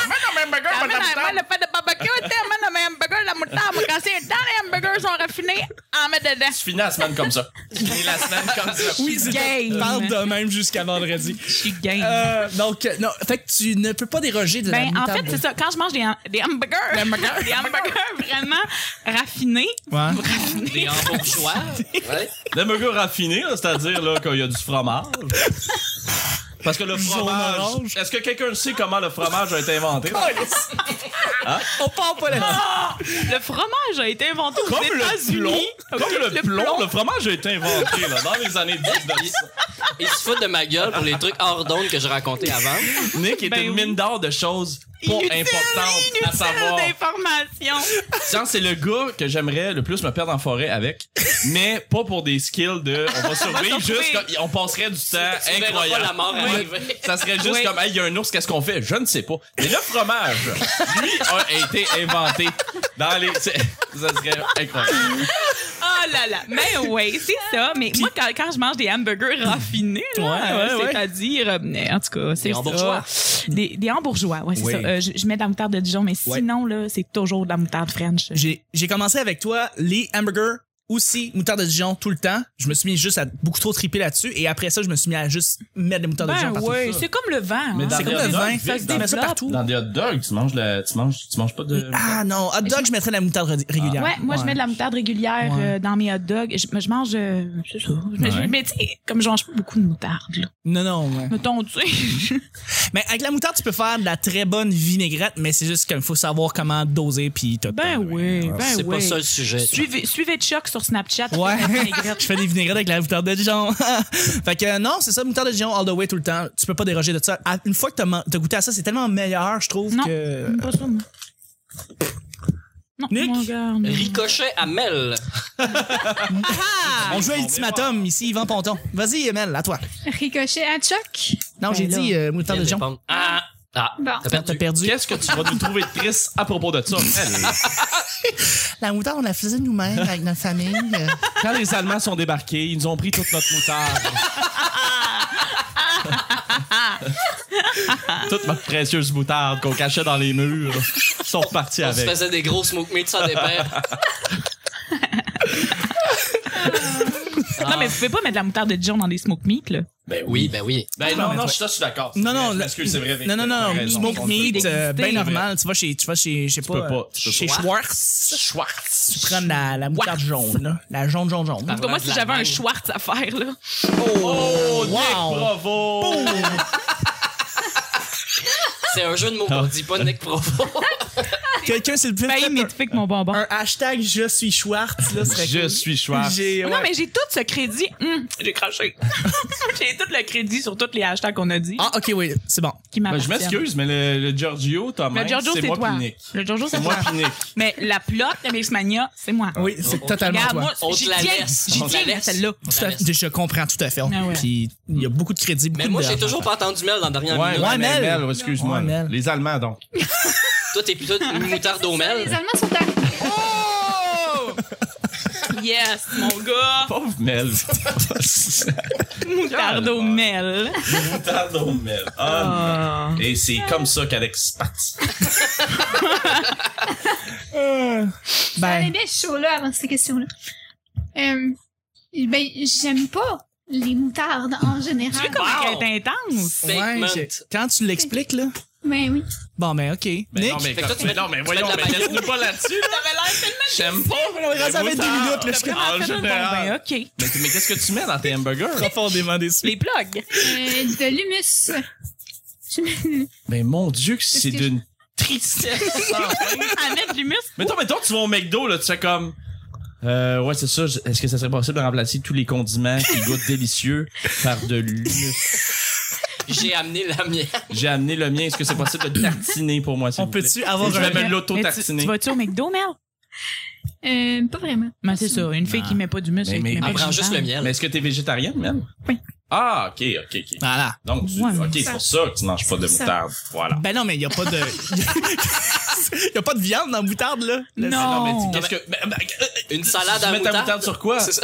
Speaker 3: Moi, t'as hamburger,
Speaker 4: T'amènes à-
Speaker 3: madame
Speaker 4: moi,
Speaker 3: Stam.
Speaker 4: le fait de barbecue, t'amènes à mes hamburgers la moutarde. Moi, Quand c'est le temps, les hamburgers sont raffinés, en mets dedans.
Speaker 3: Tu finis la semaine comme ça. Tu finis la semaine comme ça.
Speaker 1: Oui, c'est
Speaker 4: game.
Speaker 1: Parle de même jusqu'à vendredi.
Speaker 4: Je suis game.
Speaker 1: Euh, donc, euh, non, fait que tu ne peux pas déroger de la
Speaker 4: ben, en
Speaker 1: moutarde.
Speaker 4: fait, c'est ça. Quand je mange des, ham- des hamburgers, des hamburgers, vraiment raffinés,
Speaker 1: Ouais.
Speaker 2: Des embauchoirs. Ouais.
Speaker 3: L'hamburger raffiné, là, c'est-à-dire là, qu'il y a du fromage. Parce que le
Speaker 1: orange.
Speaker 3: fromage. Est-ce que quelqu'un sait comment le fromage a été inventé?
Speaker 1: On part pas là-dessus.
Speaker 4: le fromage a été inventé aux
Speaker 3: Comme le plomb.
Speaker 4: États-Unis.
Speaker 3: Comme le, plomb, le fromage a été inventé là, dans les années 1900.
Speaker 2: Ils se foutent de ma gueule pour les trucs hors d'onde que je racontais avant.
Speaker 3: Nick est
Speaker 4: Ben
Speaker 3: une
Speaker 4: oui.
Speaker 3: mine d'or de choses pas
Speaker 4: Inutile,
Speaker 3: importantes à
Speaker 4: inutile
Speaker 3: savoir.
Speaker 4: d'informations.
Speaker 3: Genre, c'est le gars que j'aimerais le plus me perdre en forêt avec, mais pas pour des skills de on va survivre, juste comme on passerait du temps
Speaker 2: Tu verras pas la
Speaker 3: incroyable.
Speaker 2: mort arriver.
Speaker 3: Ça serait juste
Speaker 4: Oui.
Speaker 3: comme, hey, il y a un ours, qu'est-ce qu'on fait? Je ne sais pas. Mais le fromage, lui, a été inventé dans les. c'est- Ça serait incroyable.
Speaker 4: Ah, là là. Mais oui, c'est ça. Mais moi, quand, quand je mange des hamburgers raffinés, là,
Speaker 1: Ouais, ouais, ouais.
Speaker 4: c'est-à-dire, euh, mais en tout cas, c'est
Speaker 2: Des hambourgeois.
Speaker 4: ça. Des, des hambourgeois, ouais, c'est
Speaker 1: Oui.
Speaker 4: ça. Euh, je, je mets de la moutarde de Dijon, mais
Speaker 1: Ouais.
Speaker 4: sinon, là, c'est toujours de la moutarde French.
Speaker 1: J'ai j'ai commencé avec toi, les hamburgers aussi, moutarde de Dijon tout le temps. Je me suis mis juste à beaucoup trop triper là-dessus. Et après ça, je me suis mis à juste mettre des moutardes de Dijon
Speaker 6: Ben
Speaker 1: partout.
Speaker 6: oui, c'est comme le vent.
Speaker 3: Mais
Speaker 6: hein.
Speaker 3: dans
Speaker 1: C'est
Speaker 3: les
Speaker 1: comme
Speaker 3: hot
Speaker 1: le
Speaker 3: dogs,
Speaker 1: vin.
Speaker 3: vite,
Speaker 1: Tu
Speaker 3: dans-
Speaker 1: mets ça partout.
Speaker 3: Dans des hot dogs, tu manges, la- tu manges, tu manges pas de.
Speaker 1: Ah non, hot dog, je mettrais de la moutarde ré- régulière.
Speaker 4: Ouais, moi, je mets de la moutarde régulière
Speaker 1: Ouais.
Speaker 4: euh, dans mes hot dogs. Je, je mange, euh, c'est ça. Je-
Speaker 3: Ouais.
Speaker 4: Mais tu sais, comme je mange pas beaucoup de moutarde, là.
Speaker 1: Non, non, ouais.
Speaker 4: Mettons, tu sais.
Speaker 1: Mais avec la moutarde, tu peux faire de la très bonne vinaigrette, mais c'est juste qu'il faut savoir comment doser puis tout.
Speaker 4: Ben oui, ben oui.
Speaker 2: C'est pas ça le sujet.
Speaker 4: Suivez, suivez Chuck sur Snapchat.
Speaker 1: Ouais,
Speaker 4: Vinaigrette.
Speaker 1: je fais des vinaigrettes avec la moutarde de Dijon. fait que euh, non, c'est ça, moutarde de Dijon all the way tout le temps. Tu peux pas déroger de ça. À- Une fois que t'as man- t'as goûté à ça, c'est tellement meilleur, je trouve
Speaker 4: Non.
Speaker 1: que.
Speaker 4: Pas ça, moi. Non,
Speaker 1: Nick?
Speaker 4: mon gars,
Speaker 3: Mm.
Speaker 4: non.
Speaker 2: Ricochet à Mel.
Speaker 4: Ah.
Speaker 1: On joue à l'ultimatum ici, Yvan Ponton. Vas-y, Emel, à toi.
Speaker 5: Ricochet à Chuck.
Speaker 1: Non,
Speaker 4: Ben
Speaker 1: j'ai
Speaker 4: là.
Speaker 1: dit euh, moutarde de Dijon.
Speaker 2: Ah, ah,
Speaker 5: Bon.
Speaker 2: t'as
Speaker 1: T'as
Speaker 2: perdu.
Speaker 1: perdu.
Speaker 3: Qu'est-ce que tu vas nous trouver triste à propos de ça?
Speaker 1: La moutarde, on la faisait nous-mêmes avec notre famille. euh.
Speaker 3: Quand les Allemands sont débarqués, ils nous ont pris toute notre moutarde. toute notre précieuse moutarde qu'on cachait dans les murs. Ils sont repartis
Speaker 2: On se
Speaker 3: avec.
Speaker 2: faisait des gros smoke meat sans départ.
Speaker 4: Non, mais vous pouvez pas mettre de la moutarde de Dijon dans des smoked meat, là.
Speaker 3: Ben
Speaker 2: Oui, ben oui.
Speaker 3: Ben non, non, je suis- ça, je suis d'accord.
Speaker 1: Non, non,
Speaker 3: Je
Speaker 1: la-
Speaker 3: m'excuse, c'est vrai. Vic,
Speaker 1: non, non,
Speaker 3: t'as
Speaker 1: non,
Speaker 3: raison.
Speaker 1: smoke meat, euh,
Speaker 4: d'exister,
Speaker 1: ben normal. Tu vas chez, tu vas chez, je sais pas,
Speaker 3: peux pas,
Speaker 1: euh,
Speaker 3: tu peux
Speaker 1: chez
Speaker 2: pas.
Speaker 1: Schwartz.
Speaker 3: Schwartz.
Speaker 1: Tu prends la, la moutarde jaune, là. la jaune, jaune, jaune.
Speaker 2: Ah,
Speaker 4: En tout cas, moi,
Speaker 2: de
Speaker 4: si
Speaker 2: la
Speaker 4: j'avais un
Speaker 2: mangue.
Speaker 4: Schwartz à faire, là.
Speaker 3: Oh, Nick,
Speaker 1: Wow.
Speaker 3: bravo!
Speaker 2: C'est un jeu de mots. On dit
Speaker 3: Ah.
Speaker 2: pas Nick Provo.
Speaker 1: Quelqu'un, s'il te
Speaker 4: Ben,
Speaker 1: plaît,
Speaker 4: il
Speaker 1: fait
Speaker 4: m'édifique mon bonbon.
Speaker 1: un, un hashtag je suis Schwartz, là, serait
Speaker 3: Je
Speaker 1: cool.
Speaker 3: suis Schwartz.
Speaker 1: J'ai- ouais.
Speaker 4: Non, mais j'ai tout ce crédit. Hum, j'ai craché. j'ai tout le crédit sur tous les hashtags qu'on a dit.
Speaker 1: Ah, ok, oui, c'est bon.
Speaker 4: Qui
Speaker 3: Ben, je
Speaker 4: m'appartiennent.
Speaker 3: m'excuse, mais le, le Giorgio, Thomas,
Speaker 4: Le Giorgio,
Speaker 3: c'est
Speaker 4: c'est
Speaker 3: moi
Speaker 4: toi.
Speaker 3: puis Nick.
Speaker 4: Le Giorgio,
Speaker 3: C'est
Speaker 4: c'est
Speaker 3: moi
Speaker 4: toi.
Speaker 3: puis Nick.
Speaker 4: Mais la plot de Mixmania, c'est moi.
Speaker 1: Oui, c'est
Speaker 2: on-
Speaker 1: totalement
Speaker 4: Regarde,
Speaker 1: toi.
Speaker 4: moi,
Speaker 2: On
Speaker 4: j'y
Speaker 2: te la
Speaker 4: tiens.
Speaker 2: laisse.
Speaker 4: J'y
Speaker 2: On te la
Speaker 4: tiens,
Speaker 2: laisse.
Speaker 4: celle-là.
Speaker 1: Tout à- je comprends tout à fait.
Speaker 4: Ah ouais.
Speaker 1: Puis il y a beaucoup de crédits, beaucoup
Speaker 2: Mais moi,
Speaker 1: de-
Speaker 2: j'ai toujours pas entendu Mel dans la dernière
Speaker 3: Ouais,
Speaker 2: minute.
Speaker 1: ouais,
Speaker 3: ouais, mais
Speaker 1: Mel.
Speaker 3: Mel, ouais, excuse-moi.
Speaker 1: Ouais,
Speaker 3: là.
Speaker 1: Mel.
Speaker 3: Les Allemands, donc.
Speaker 2: Toi, t'es plutôt
Speaker 4: Ah,
Speaker 2: une moutarde au
Speaker 5: Ça, Les
Speaker 2: Mel.
Speaker 5: Allemands sont arrivés.
Speaker 4: Yes, mon gars.
Speaker 3: Pauvre Mel.
Speaker 4: Moutarde au mel.
Speaker 3: Moutarde au Mel. Ah. Et c'est comme ça qu'Alex parti.
Speaker 5: Ça allait
Speaker 1: Ben,
Speaker 5: bien ce show-là avant ces questions-là. Euh, ben, j'aime pas les moutardes en
Speaker 4: Tu
Speaker 5: général.
Speaker 4: veux comme
Speaker 2: Wow.
Speaker 4: elle est intense?
Speaker 1: ouais,
Speaker 2: Statement.
Speaker 1: j'ai- quand tu l'expliques, là.
Speaker 5: Ben oui.
Speaker 1: Bon, ben, ok. Nick,
Speaker 3: mais,
Speaker 2: Fait que toi, tu
Speaker 3: mais
Speaker 2: mets-
Speaker 3: non, mais
Speaker 2: tu
Speaker 3: voyons,
Speaker 2: mets de la
Speaker 3: mais
Speaker 2: mayo.
Speaker 3: laisse-nous pas là-dessus.
Speaker 4: T'avais l'air tellement
Speaker 3: J'aime pas.
Speaker 1: on est rendu
Speaker 3: Les
Speaker 1: avec des
Speaker 3: moutardes.
Speaker 1: minutes, là. Je suis
Speaker 3: En
Speaker 4: fait, bon,
Speaker 3: général.
Speaker 1: hein.
Speaker 4: ben, OK.
Speaker 3: Mais, mais qu'est-ce que tu mets dans tes hamburgers?
Speaker 1: profondément déçu.
Speaker 4: Les plugs.
Speaker 5: Euh, de l'humus. Je me-
Speaker 3: Mais Ben, mon Dieu, que c'est
Speaker 5: que
Speaker 3: d'une tristesse. sans fin.
Speaker 4: À mettre du muscle.
Speaker 3: Mettons, mettons, tu vas au McDo, là, tu fais comme. Euh, ouais, c'est ça. je- Est-ce que ça serait possible de remplacer tous les condiments qui goûtent délicieux par de l'humus?
Speaker 2: J'ai amené la mienne.
Speaker 3: J'ai amené le mien. Est-ce que c'est possible de tartiner pour moi, s'il
Speaker 1: On
Speaker 3: vous plaît?
Speaker 1: peut-tu avoir
Speaker 3: Je vais
Speaker 1: un...
Speaker 3: me
Speaker 4: Mais tu-
Speaker 3: l'auto-tartiner.
Speaker 4: Tu vas-tu au McDo, Mel?
Speaker 5: Euh, pas vraiment.
Speaker 4: Ben, c'est ça. Une fille qui met pas du muscle.
Speaker 3: Mais-
Speaker 4: elle
Speaker 3: mais-
Speaker 4: met pas
Speaker 2: Elle
Speaker 4: de
Speaker 2: prend juste le
Speaker 4: moutarde.
Speaker 2: miel.
Speaker 3: Mais est-ce que t'es végétarienne, même?
Speaker 5: Oui.
Speaker 3: Ah, ok, ok, ok.
Speaker 1: Voilà.
Speaker 3: Donc, tu-
Speaker 4: Ouais,
Speaker 3: ok,
Speaker 5: mais-
Speaker 3: c'est pour ça que tu manges pas de
Speaker 5: Ça.
Speaker 3: moutarde. Voilà.
Speaker 1: Ben non, mais il n'y a pas de... Il a pas de viande dans la moutarde, là. Le-
Speaker 4: Non.
Speaker 3: Qu'est-ce que. mais- mais- euh,
Speaker 2: Une salade à
Speaker 3: tu mets ta
Speaker 2: moutarde.
Speaker 3: moutarde sur quoi?
Speaker 2: C'est ça.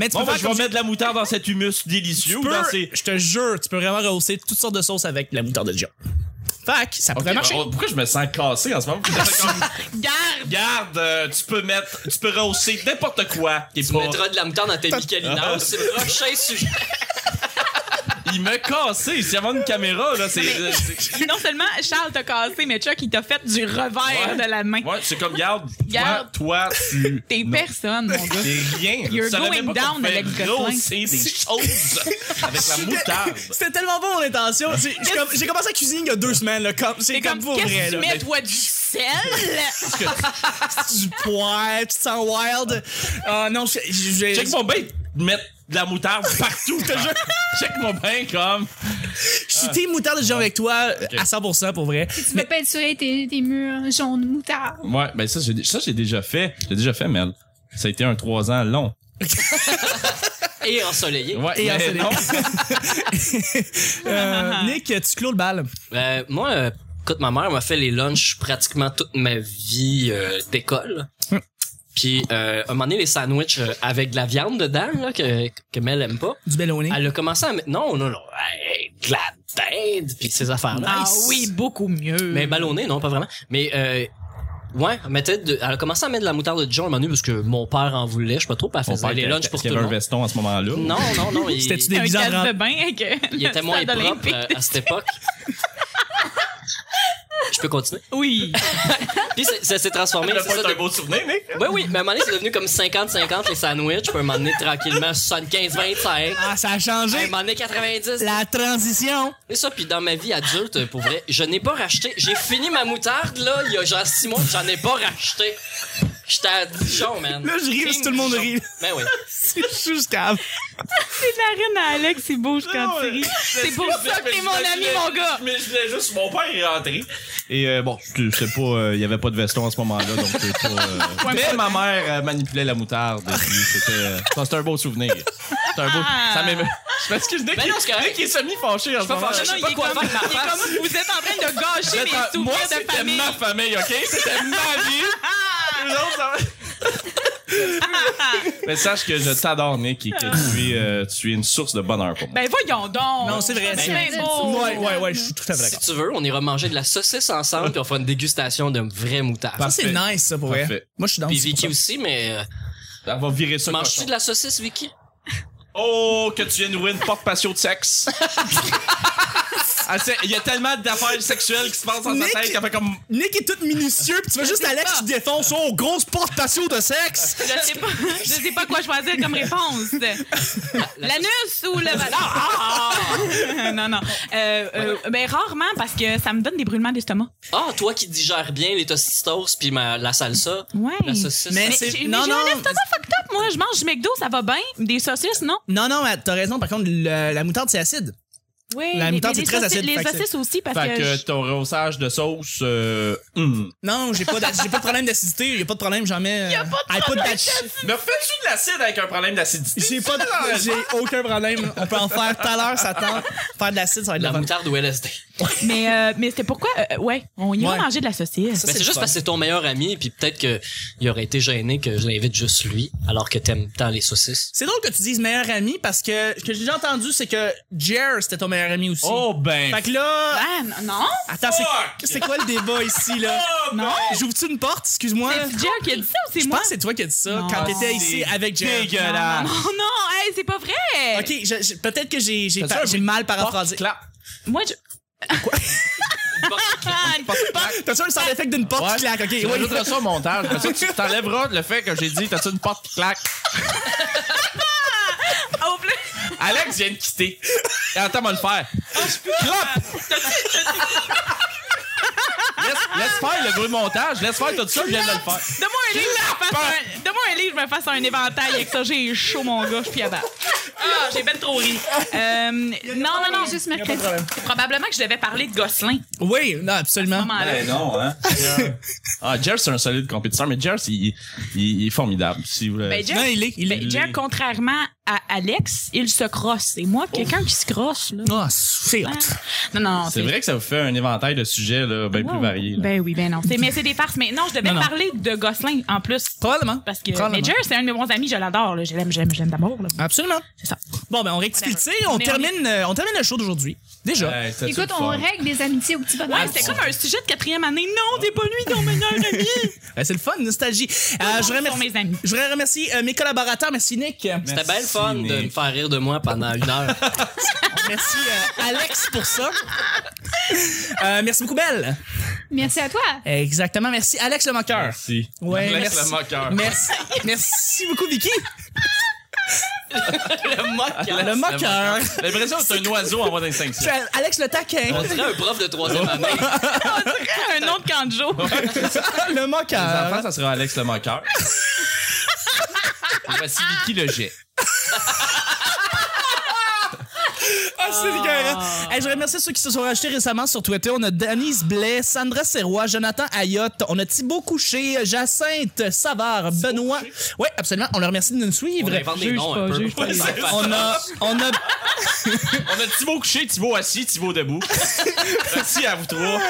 Speaker 1: Mais tu
Speaker 3: Bon,
Speaker 1: peux
Speaker 3: ben,
Speaker 1: faire
Speaker 3: je vais
Speaker 1: comme-
Speaker 3: mettre de la moutarde dans cet humus délicieux
Speaker 1: Tu
Speaker 3: ou
Speaker 1: peux-
Speaker 3: dans ces.
Speaker 1: Je te jure, tu peux vraiment rehausser toutes sortes de sauces avec la moutarde de Dijon. Fac, ça
Speaker 3: Ok,
Speaker 1: pourrait marcher.
Speaker 3: ben, pourquoi je me sens cassé en ce moment? Parce que comme,
Speaker 4: Garde!
Speaker 3: Garde, euh, tu peux mettre, tu peux rehausser n'importe quoi. qui est
Speaker 2: Tu
Speaker 3: pas- Ah.
Speaker 2: mettras de la moutarde dans tes micalinos. C'est le prochain sujet.
Speaker 3: Il m'a cassé. S'il y avait une caméra, là, c'est. euh, c'est-
Speaker 4: Non seulement Charles t'a cassé, mais Chuck, il t'a fait du revers
Speaker 3: Ouais.
Speaker 4: de la main.
Speaker 3: Ouais, c'est comme, garde,
Speaker 4: Garde.
Speaker 3: toi, toi, tu.
Speaker 4: T'es
Speaker 3: non.
Speaker 4: personne, mon gars.
Speaker 3: T'es rien.
Speaker 4: You're
Speaker 3: Tu savais même
Speaker 4: going
Speaker 3: pas qu'on
Speaker 4: down,
Speaker 3: pouvait
Speaker 4: Alex Gosselin.
Speaker 3: rehausser des choses avec la moutarde.
Speaker 1: C'était tellement bon mon intention. J'ai comme- j'ai commencé à cuisiner il y a deux semaines. là, comme- C'est
Speaker 4: C'est
Speaker 1: comme,
Speaker 4: comme,
Speaker 1: pour
Speaker 4: qu'est-ce que
Speaker 1: vrai.
Speaker 4: tu
Speaker 1: là.
Speaker 4: mets, toi, du sel?
Speaker 1: du poivre, tu te sens wild. Ah non, je- je- je-
Speaker 3: Check mon bain, mettre de la moutarde partout. je te jure. Check mon bain comme.
Speaker 1: je suis team moutarde de Dijon avec toi à 100% pour vrai.
Speaker 5: Tu veux peinturer tes, tes murs jaunes de moutarde.
Speaker 3: Ouais, ben ça, j'ai, ça, j'ai déjà fait. J'ai déjà fait, Mel. Ça a été un trois ans long.
Speaker 2: Et ensoleillé.
Speaker 3: Ouais,
Speaker 1: Et
Speaker 3: mais
Speaker 1: ensoleillé.
Speaker 3: non.
Speaker 1: Euh, Nick, tu clôt le bal.
Speaker 2: Euh, moi, euh, écoute, ma mère m'a fait les lunchs pratiquement toute ma vie euh, d'école. Puis euh, à un moment donné, les sandwichs euh, avec de la viande dedans, là, que, que Mel aime pas.
Speaker 1: Du belloni.
Speaker 2: Elle a commencé à mettre... Non, non, non. hey, de la dinde, puis ces affaires-là.
Speaker 6: Ah oui, beaucoup mieux.
Speaker 2: Mais ballonné, non, pas vraiment. Mais euh, ouais, elle mettait de- elle a commencé à mettre de la moutarde de Dijon à un moment donné parce que mon père en voulait, je sais pas trop, puis elle faisait les lunchs pour tout
Speaker 3: qu'il y
Speaker 2: le
Speaker 3: avait un
Speaker 2: monde.
Speaker 3: veston à ce moment-là.
Speaker 2: Non, non, non. il-
Speaker 1: C'était-tu des
Speaker 6: un
Speaker 1: bizarres
Speaker 6: casse de bain avec euh,
Speaker 2: hein. il
Speaker 6: le
Speaker 2: était moins
Speaker 6: stade
Speaker 2: propre
Speaker 6: olympique.
Speaker 2: euh, à cette époque. Je peux continuer.
Speaker 6: Oui.
Speaker 2: Puis c'est- ça s'est transformé.
Speaker 3: Ça
Speaker 2: c'est
Speaker 3: doit
Speaker 2: ça,
Speaker 3: être un beau souvenir, mais.
Speaker 2: de- Ouais, oui, mais à un moment donné, c'est devenu comme 50-50 les sandwichs. Puis à un moment donné, tranquillement, 75-25.
Speaker 1: Ah, ça a
Speaker 2: À un
Speaker 1: changé.
Speaker 2: moment donné, 90.
Speaker 1: La transition.
Speaker 2: Et ça, puis dans ma vie adulte, pour vrai, je n'ai pas racheté. J'ai fini ma moutarde, là, il y a genre six mois, puis j'en ai pas racheté. J'étais à Dijon, man.
Speaker 1: Là, je ris,
Speaker 2: Team
Speaker 1: parce que tout le monde
Speaker 2: Dijon.
Speaker 1: rit.
Speaker 2: Ben oui.
Speaker 1: C'est juste grave.
Speaker 4: reine à Alex, c'est beau quand tu ris.
Speaker 3: Ah C'est
Speaker 6: pour ça que t'es mon ami, mon gars.
Speaker 3: Mais je voulais juste, mon père est rentré. Et euh, bon, je sais pas, euh, il y avait pas de veston à ce moment-là, donc c'est pas. euh, Mais ma mère euh, manipulait la moutarde. puis C'était euh, ça, c'était un beau souvenir. C'est un beau. Ça m'émeut. Je m'excuse, dès
Speaker 2: Ben
Speaker 3: qu'il
Speaker 2: non, c'est correct.
Speaker 3: dès qu'il est semi-fâché, en ce
Speaker 2: pas
Speaker 3: moment.
Speaker 2: fâché, je sais pas quoi faire de ma
Speaker 6: Il est
Speaker 2: face.
Speaker 6: comme vous êtes en train de gâcher mes
Speaker 3: Attends, Moi,
Speaker 6: souvenirs de
Speaker 3: c'était
Speaker 6: famille.
Speaker 3: ma famille, OK? C'était ma vie. Les autres, ça va- Mais sache que je t'adore, Nick, et que tu es, euh, tu es une source de bonheur pour moi.
Speaker 6: Ben voyons donc.
Speaker 1: Non, c'est vrai.
Speaker 6: C'est
Speaker 5: Ben,
Speaker 6: bien beau.
Speaker 1: Ouais, ouais, ouais, je suis tout à fait
Speaker 2: Si
Speaker 1: d'accord.
Speaker 2: tu veux, on ira manger de la saucisse ensemble, puis on fera une dégustation de vraie moutarde.
Speaker 1: Ça, c'est
Speaker 3: Parfait.
Speaker 1: nice, ça, pour vrai.
Speaker 3: Parfait.
Speaker 1: Moi, je suis dans
Speaker 2: Puis
Speaker 1: c'est pour
Speaker 2: Vicky
Speaker 1: ça.
Speaker 2: aussi, mais. euh,
Speaker 1: Ben,
Speaker 3: Elle va virer ça.
Speaker 2: Manges-tu
Speaker 3: cochon.
Speaker 2: de la saucisse, Vicky?
Speaker 3: Oh, que tu viens d'ouvrir une porte patio de sexe. Elle sait- Il y a tellement d'affaires sexuelles qui se passent dans
Speaker 1: Nick-
Speaker 3: sa tête qu'elle fait comme.
Speaker 1: Nick est tout minutieux, pis tu vois juste Alex qui défend son grosse porte patio de sexe.
Speaker 6: Je sais pas, je sais pas quoi choisir comme réponse. L'anus ou le
Speaker 4: Ah, non, non. Euh, euh, ben, rarement parce que ça me donne des brûlements d'estomac.
Speaker 2: Ah, toi qui digères bien les tostitos, puis ma- la salsa.
Speaker 4: Ouais.
Speaker 2: La saucisse.
Speaker 1: Mais-
Speaker 4: Mais
Speaker 1: c'est-
Speaker 4: j'ai-
Speaker 1: non,
Speaker 4: j'ai
Speaker 1: non.
Speaker 4: un estomac fucked up, moi. Je mange du McDo, ça va bien. Des saucisses, non?
Speaker 1: Non, non, mais t'as raison. Par contre, le- la moutarde, c'est acide.
Speaker 4: Oui.
Speaker 1: La
Speaker 4: mais-
Speaker 1: moutarde,
Speaker 4: mais
Speaker 1: c'est
Speaker 4: les
Speaker 1: très
Speaker 4: saucisses-
Speaker 1: acide, fait
Speaker 4: Les
Speaker 1: que
Speaker 4: saucisses aussi, parce
Speaker 3: Fait
Speaker 4: que.
Speaker 3: que
Speaker 4: je-
Speaker 3: ton rehaussage de sauce. euh, hmm.
Speaker 1: Non, j'ai pas, d'ac- j'ai pas de problème d'acidité. Y'a pas de problème, j'en mets. Y'a pas de problème
Speaker 3: Mais fais-tu de l'acide avec un problème d'acidité?
Speaker 1: J'ai pas de- j'ai aucun problème. On peut en faire tout à l'heure, ça tente. Faire de l'acide, ça va être
Speaker 2: La
Speaker 1: la bonne.
Speaker 2: moutarde ou LSD.
Speaker 4: Mais, euh, mais c'était pourquoi? euh, ouais, on y
Speaker 1: Ouais.
Speaker 4: va manger de la saucisse.
Speaker 1: Ça,
Speaker 2: Mais
Speaker 1: c'est
Speaker 2: c'est juste
Speaker 1: fun.
Speaker 2: parce que c'est ton meilleur ami, puis peut-être qu'il aurait été gêné que je l'invite juste lui, alors que t'aimes tant les saucisses.
Speaker 1: C'est drôle que tu dises meilleur ami parce que ce que j'ai déjà entendu, c'est que Jer, c'était ton meilleur ami aussi.
Speaker 3: Oh, ben.
Speaker 1: Fait que là,
Speaker 4: Ah, non, non?
Speaker 1: attends, c'est, c'est quoi le débat ici, là?
Speaker 4: Oh, Non.
Speaker 1: J'ouvre-tu une porte? Excuse-moi.
Speaker 4: C'est Jack qui a dit ça ou c'est
Speaker 1: Je
Speaker 4: moi?
Speaker 1: pense que c'est toi qui as dit ça
Speaker 4: Non.
Speaker 1: quand t'étais
Speaker 3: Ah, C'est
Speaker 1: ici avec Jer.
Speaker 4: Non,
Speaker 3: Dégueulasse.
Speaker 4: non, hey, c'est pas vrai!
Speaker 1: Ok, je- je- peut-être que j'ai, j'ai,
Speaker 3: T'as
Speaker 1: par-
Speaker 3: dit un
Speaker 1: j'ai mal
Speaker 3: Porte
Speaker 1: paraphrasé.
Speaker 3: clap.
Speaker 4: Moi, je.
Speaker 1: T'as-tu un sound effect d'une porte qui claque? Ok,
Speaker 3: Tu
Speaker 1: oui.
Speaker 3: rajouteras ça au montage. Comme ça, tu t'enlèveras le fait que j'ai dit, t'as-tu une porte qui claque?
Speaker 4: Oh, plus!
Speaker 3: Alex vient de quitter. Et Attends, moi le faire. Clap! Laisse, laisse faire le bruit de montage. Laisse faire tout ça, je viens de le faire.
Speaker 4: Donne-moi un livre, je me fasse un- donne-moi un livre, je me fasse un éventail avec ça, j'ai chaud, mon gars, je suis fiable. Ah, j'ai ben trop ri. Euh, non, non, non,
Speaker 5: Juste mercredi.
Speaker 4: probablement que je devais parler de Gosselin.
Speaker 1: Oui, non, absolument.
Speaker 2: Eh
Speaker 4: Comment, là?
Speaker 2: ben
Speaker 3: non, hein? ah, Jer, c'est un solide compétiteur, mais Jer, il, il- il est formidable. Si vous voulez.
Speaker 4: Ben, Jack,
Speaker 1: Non, il est, il est.
Speaker 4: ben, Jack, contrairement à Alex, il se crosse. Et moi, quelqu'un qui se crosse, là.
Speaker 1: Ah, c'est hot.
Speaker 4: Non, non, non,
Speaker 3: c'est vrai que ça vous fait un éventail de sujets là, bien plus
Speaker 4: Wow.
Speaker 3: variés. là.
Speaker 4: Ben oui, ben non. C'est- Mais c'est des farces. Mais non, je devais
Speaker 1: Non, non.
Speaker 4: parler de Gosselin en plus.
Speaker 1: Probablement.
Speaker 4: Parce que
Speaker 1: Probablement.
Speaker 4: Major, c'est un de mes bons amis, je l'adore. là. Je l'aime, je l'aime, je l'aime d'abord. là.
Speaker 1: Absolument.
Speaker 4: C'est ça.
Speaker 1: Bon, ben, on rectifie le
Speaker 4: Whatever.
Speaker 1: tir. On
Speaker 4: On est-
Speaker 1: termine, euh, on termine le show d'aujourd'hui. Déjà.
Speaker 3: Hey, c'était-tu
Speaker 5: Écoute,
Speaker 3: le
Speaker 5: on
Speaker 3: fun?
Speaker 5: règle des amitiés au petit bonheur.
Speaker 4: Ouais, c'était comme un sujet de quatrième année. Non, t'es pas lui ton meilleur ami.
Speaker 1: Ben, c'est le fun, nostalgie. Euh, je,
Speaker 4: monde
Speaker 1: remercie,
Speaker 4: sont mes amis.
Speaker 1: je voudrais remercier euh, mes collaborateurs. Merci, Nick.
Speaker 2: C'était belle
Speaker 3: Merci,
Speaker 2: fun de
Speaker 3: Nick.
Speaker 2: me faire rire de moi pendant une heure.
Speaker 1: Merci, euh, Alex, pour ça. Euh, merci beaucoup, Belle.
Speaker 5: Merci à toi.
Speaker 1: Exactement. Merci, Alex le moqueur.
Speaker 3: Merci.
Speaker 1: Ouais,
Speaker 3: Alex
Speaker 1: merci.
Speaker 3: le moqueur.
Speaker 1: Merci. Merci beaucoup, Vicky.
Speaker 2: le moqueur.
Speaker 1: Le moqueur.
Speaker 3: J'ai l'impression que c'est un oiseau en voie d'extinction.
Speaker 1: C'est Alex le taquin.
Speaker 2: On dirait un prof de troisième année.
Speaker 4: un nom de Kanjo.
Speaker 1: le
Speaker 3: Les enfants,
Speaker 1: moqueur.
Speaker 3: ça sera Alex le moqueur. Et Voici Vicky le jet.
Speaker 1: Ah, c'est dégueulasse. Hey, je remercie ceux qui se sont rajoutés récemment sur Twitter. On a Denise Blais, Sandra Serrois, Jonathan Ayotte, on a Thibaut Couché, Jacinthe Savard, Benoît. Oui, absolument. On leur remercie de nous suivre.
Speaker 2: On invente des
Speaker 4: Juge
Speaker 2: noms un
Speaker 4: pas,
Speaker 2: peu.
Speaker 4: juge pas.
Speaker 1: Bah, On a, on a,
Speaker 3: On a Thibaut couché, Thibaut assis, Thibaut debout. Merci à vous trois.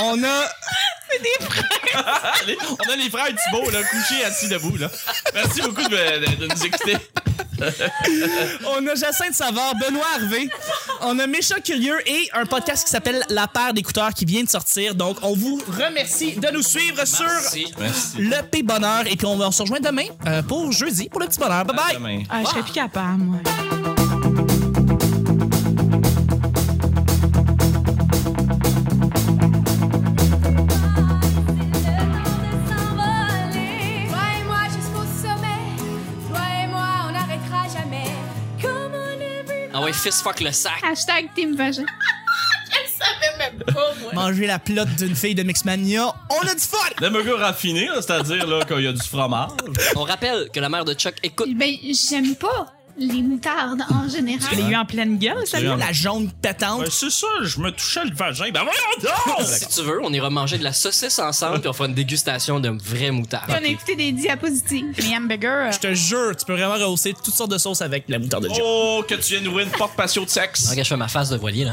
Speaker 1: on a
Speaker 4: des frères.
Speaker 3: Allez, on a les frères Thibault, là, couchés assis debout, là. Merci beaucoup de, de- de nous écouter.
Speaker 1: On a Jacinthe Savard, Benoît Harvé, on a Méchant Curieux et un podcast qui s'appelle La paire d'écouteurs qui vient de sortir. Donc, on vous remercie de nous suivre sur
Speaker 2: Merci.
Speaker 1: le P Bonheur et puis on, va- on se rejoint demain euh, pour jeudi pour le petit bonheur. Bye bye.
Speaker 3: Demain.
Speaker 4: Ah, je serais plus capable, moi.
Speaker 7: Toi et moi jusqu'au sommet, toi et moi on n'arrêtera jamais. Comme on est vu.
Speaker 2: Ah ouais, fist fuck le sac.
Speaker 5: Hashtag Team Vagin.
Speaker 1: Manger la plotte d'une fille de Mixmania, on a du fun.
Speaker 3: Le burger raffiné, là, c'est-à-dire là, qu'il y a du fromage.
Speaker 2: On rappelle que la mère de Chuck écoute.
Speaker 5: Ben, j'aime pas les moutardes en
Speaker 4: Je l'ai
Speaker 5: général.
Speaker 4: eu en pleine gueule, ça.
Speaker 3: Vraiment.
Speaker 1: La jaune pétante.
Speaker 3: Ouais, Ben, c'est ça, je me touchais le vagin. Ben voyons donc!
Speaker 2: Si tu veux, on ira manger de la saucisse ensemble puis on fera une dégustation de vrai
Speaker 5: On
Speaker 2: moutarde.
Speaker 5: a écouté des diapositives.
Speaker 4: Les hamburgers.
Speaker 1: Je te jure, tu peux vraiment rehausser toutes sortes de sauces avec la moutarde de Dieu.
Speaker 3: Oh, que tu viens d'ouvrir une porte patio de sexe.
Speaker 2: Regarde, je fais ma face de voilier, là.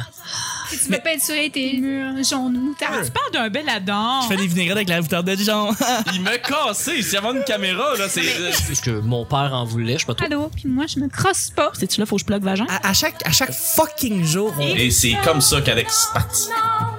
Speaker 5: Tu peux peinturer tes murs jaunes ou moutardes.
Speaker 4: Ah, Tu parles d'un bel Adam.
Speaker 1: Je fais des vinaigrettes avec la moutarde de Dijon.
Speaker 3: Il m'a cassé. S'il y avait une caméra, là, c'est.
Speaker 2: Parce que mon père en voulait, je sais pas trop.
Speaker 5: Allô, puis moi, je me crosse pas.
Speaker 4: C'est-tu là, faut que je plug vagin?
Speaker 1: à, à chaque, à chaque fucking jour, on
Speaker 3: Et c'est comme ça qu'Alex part.
Speaker 7: Non,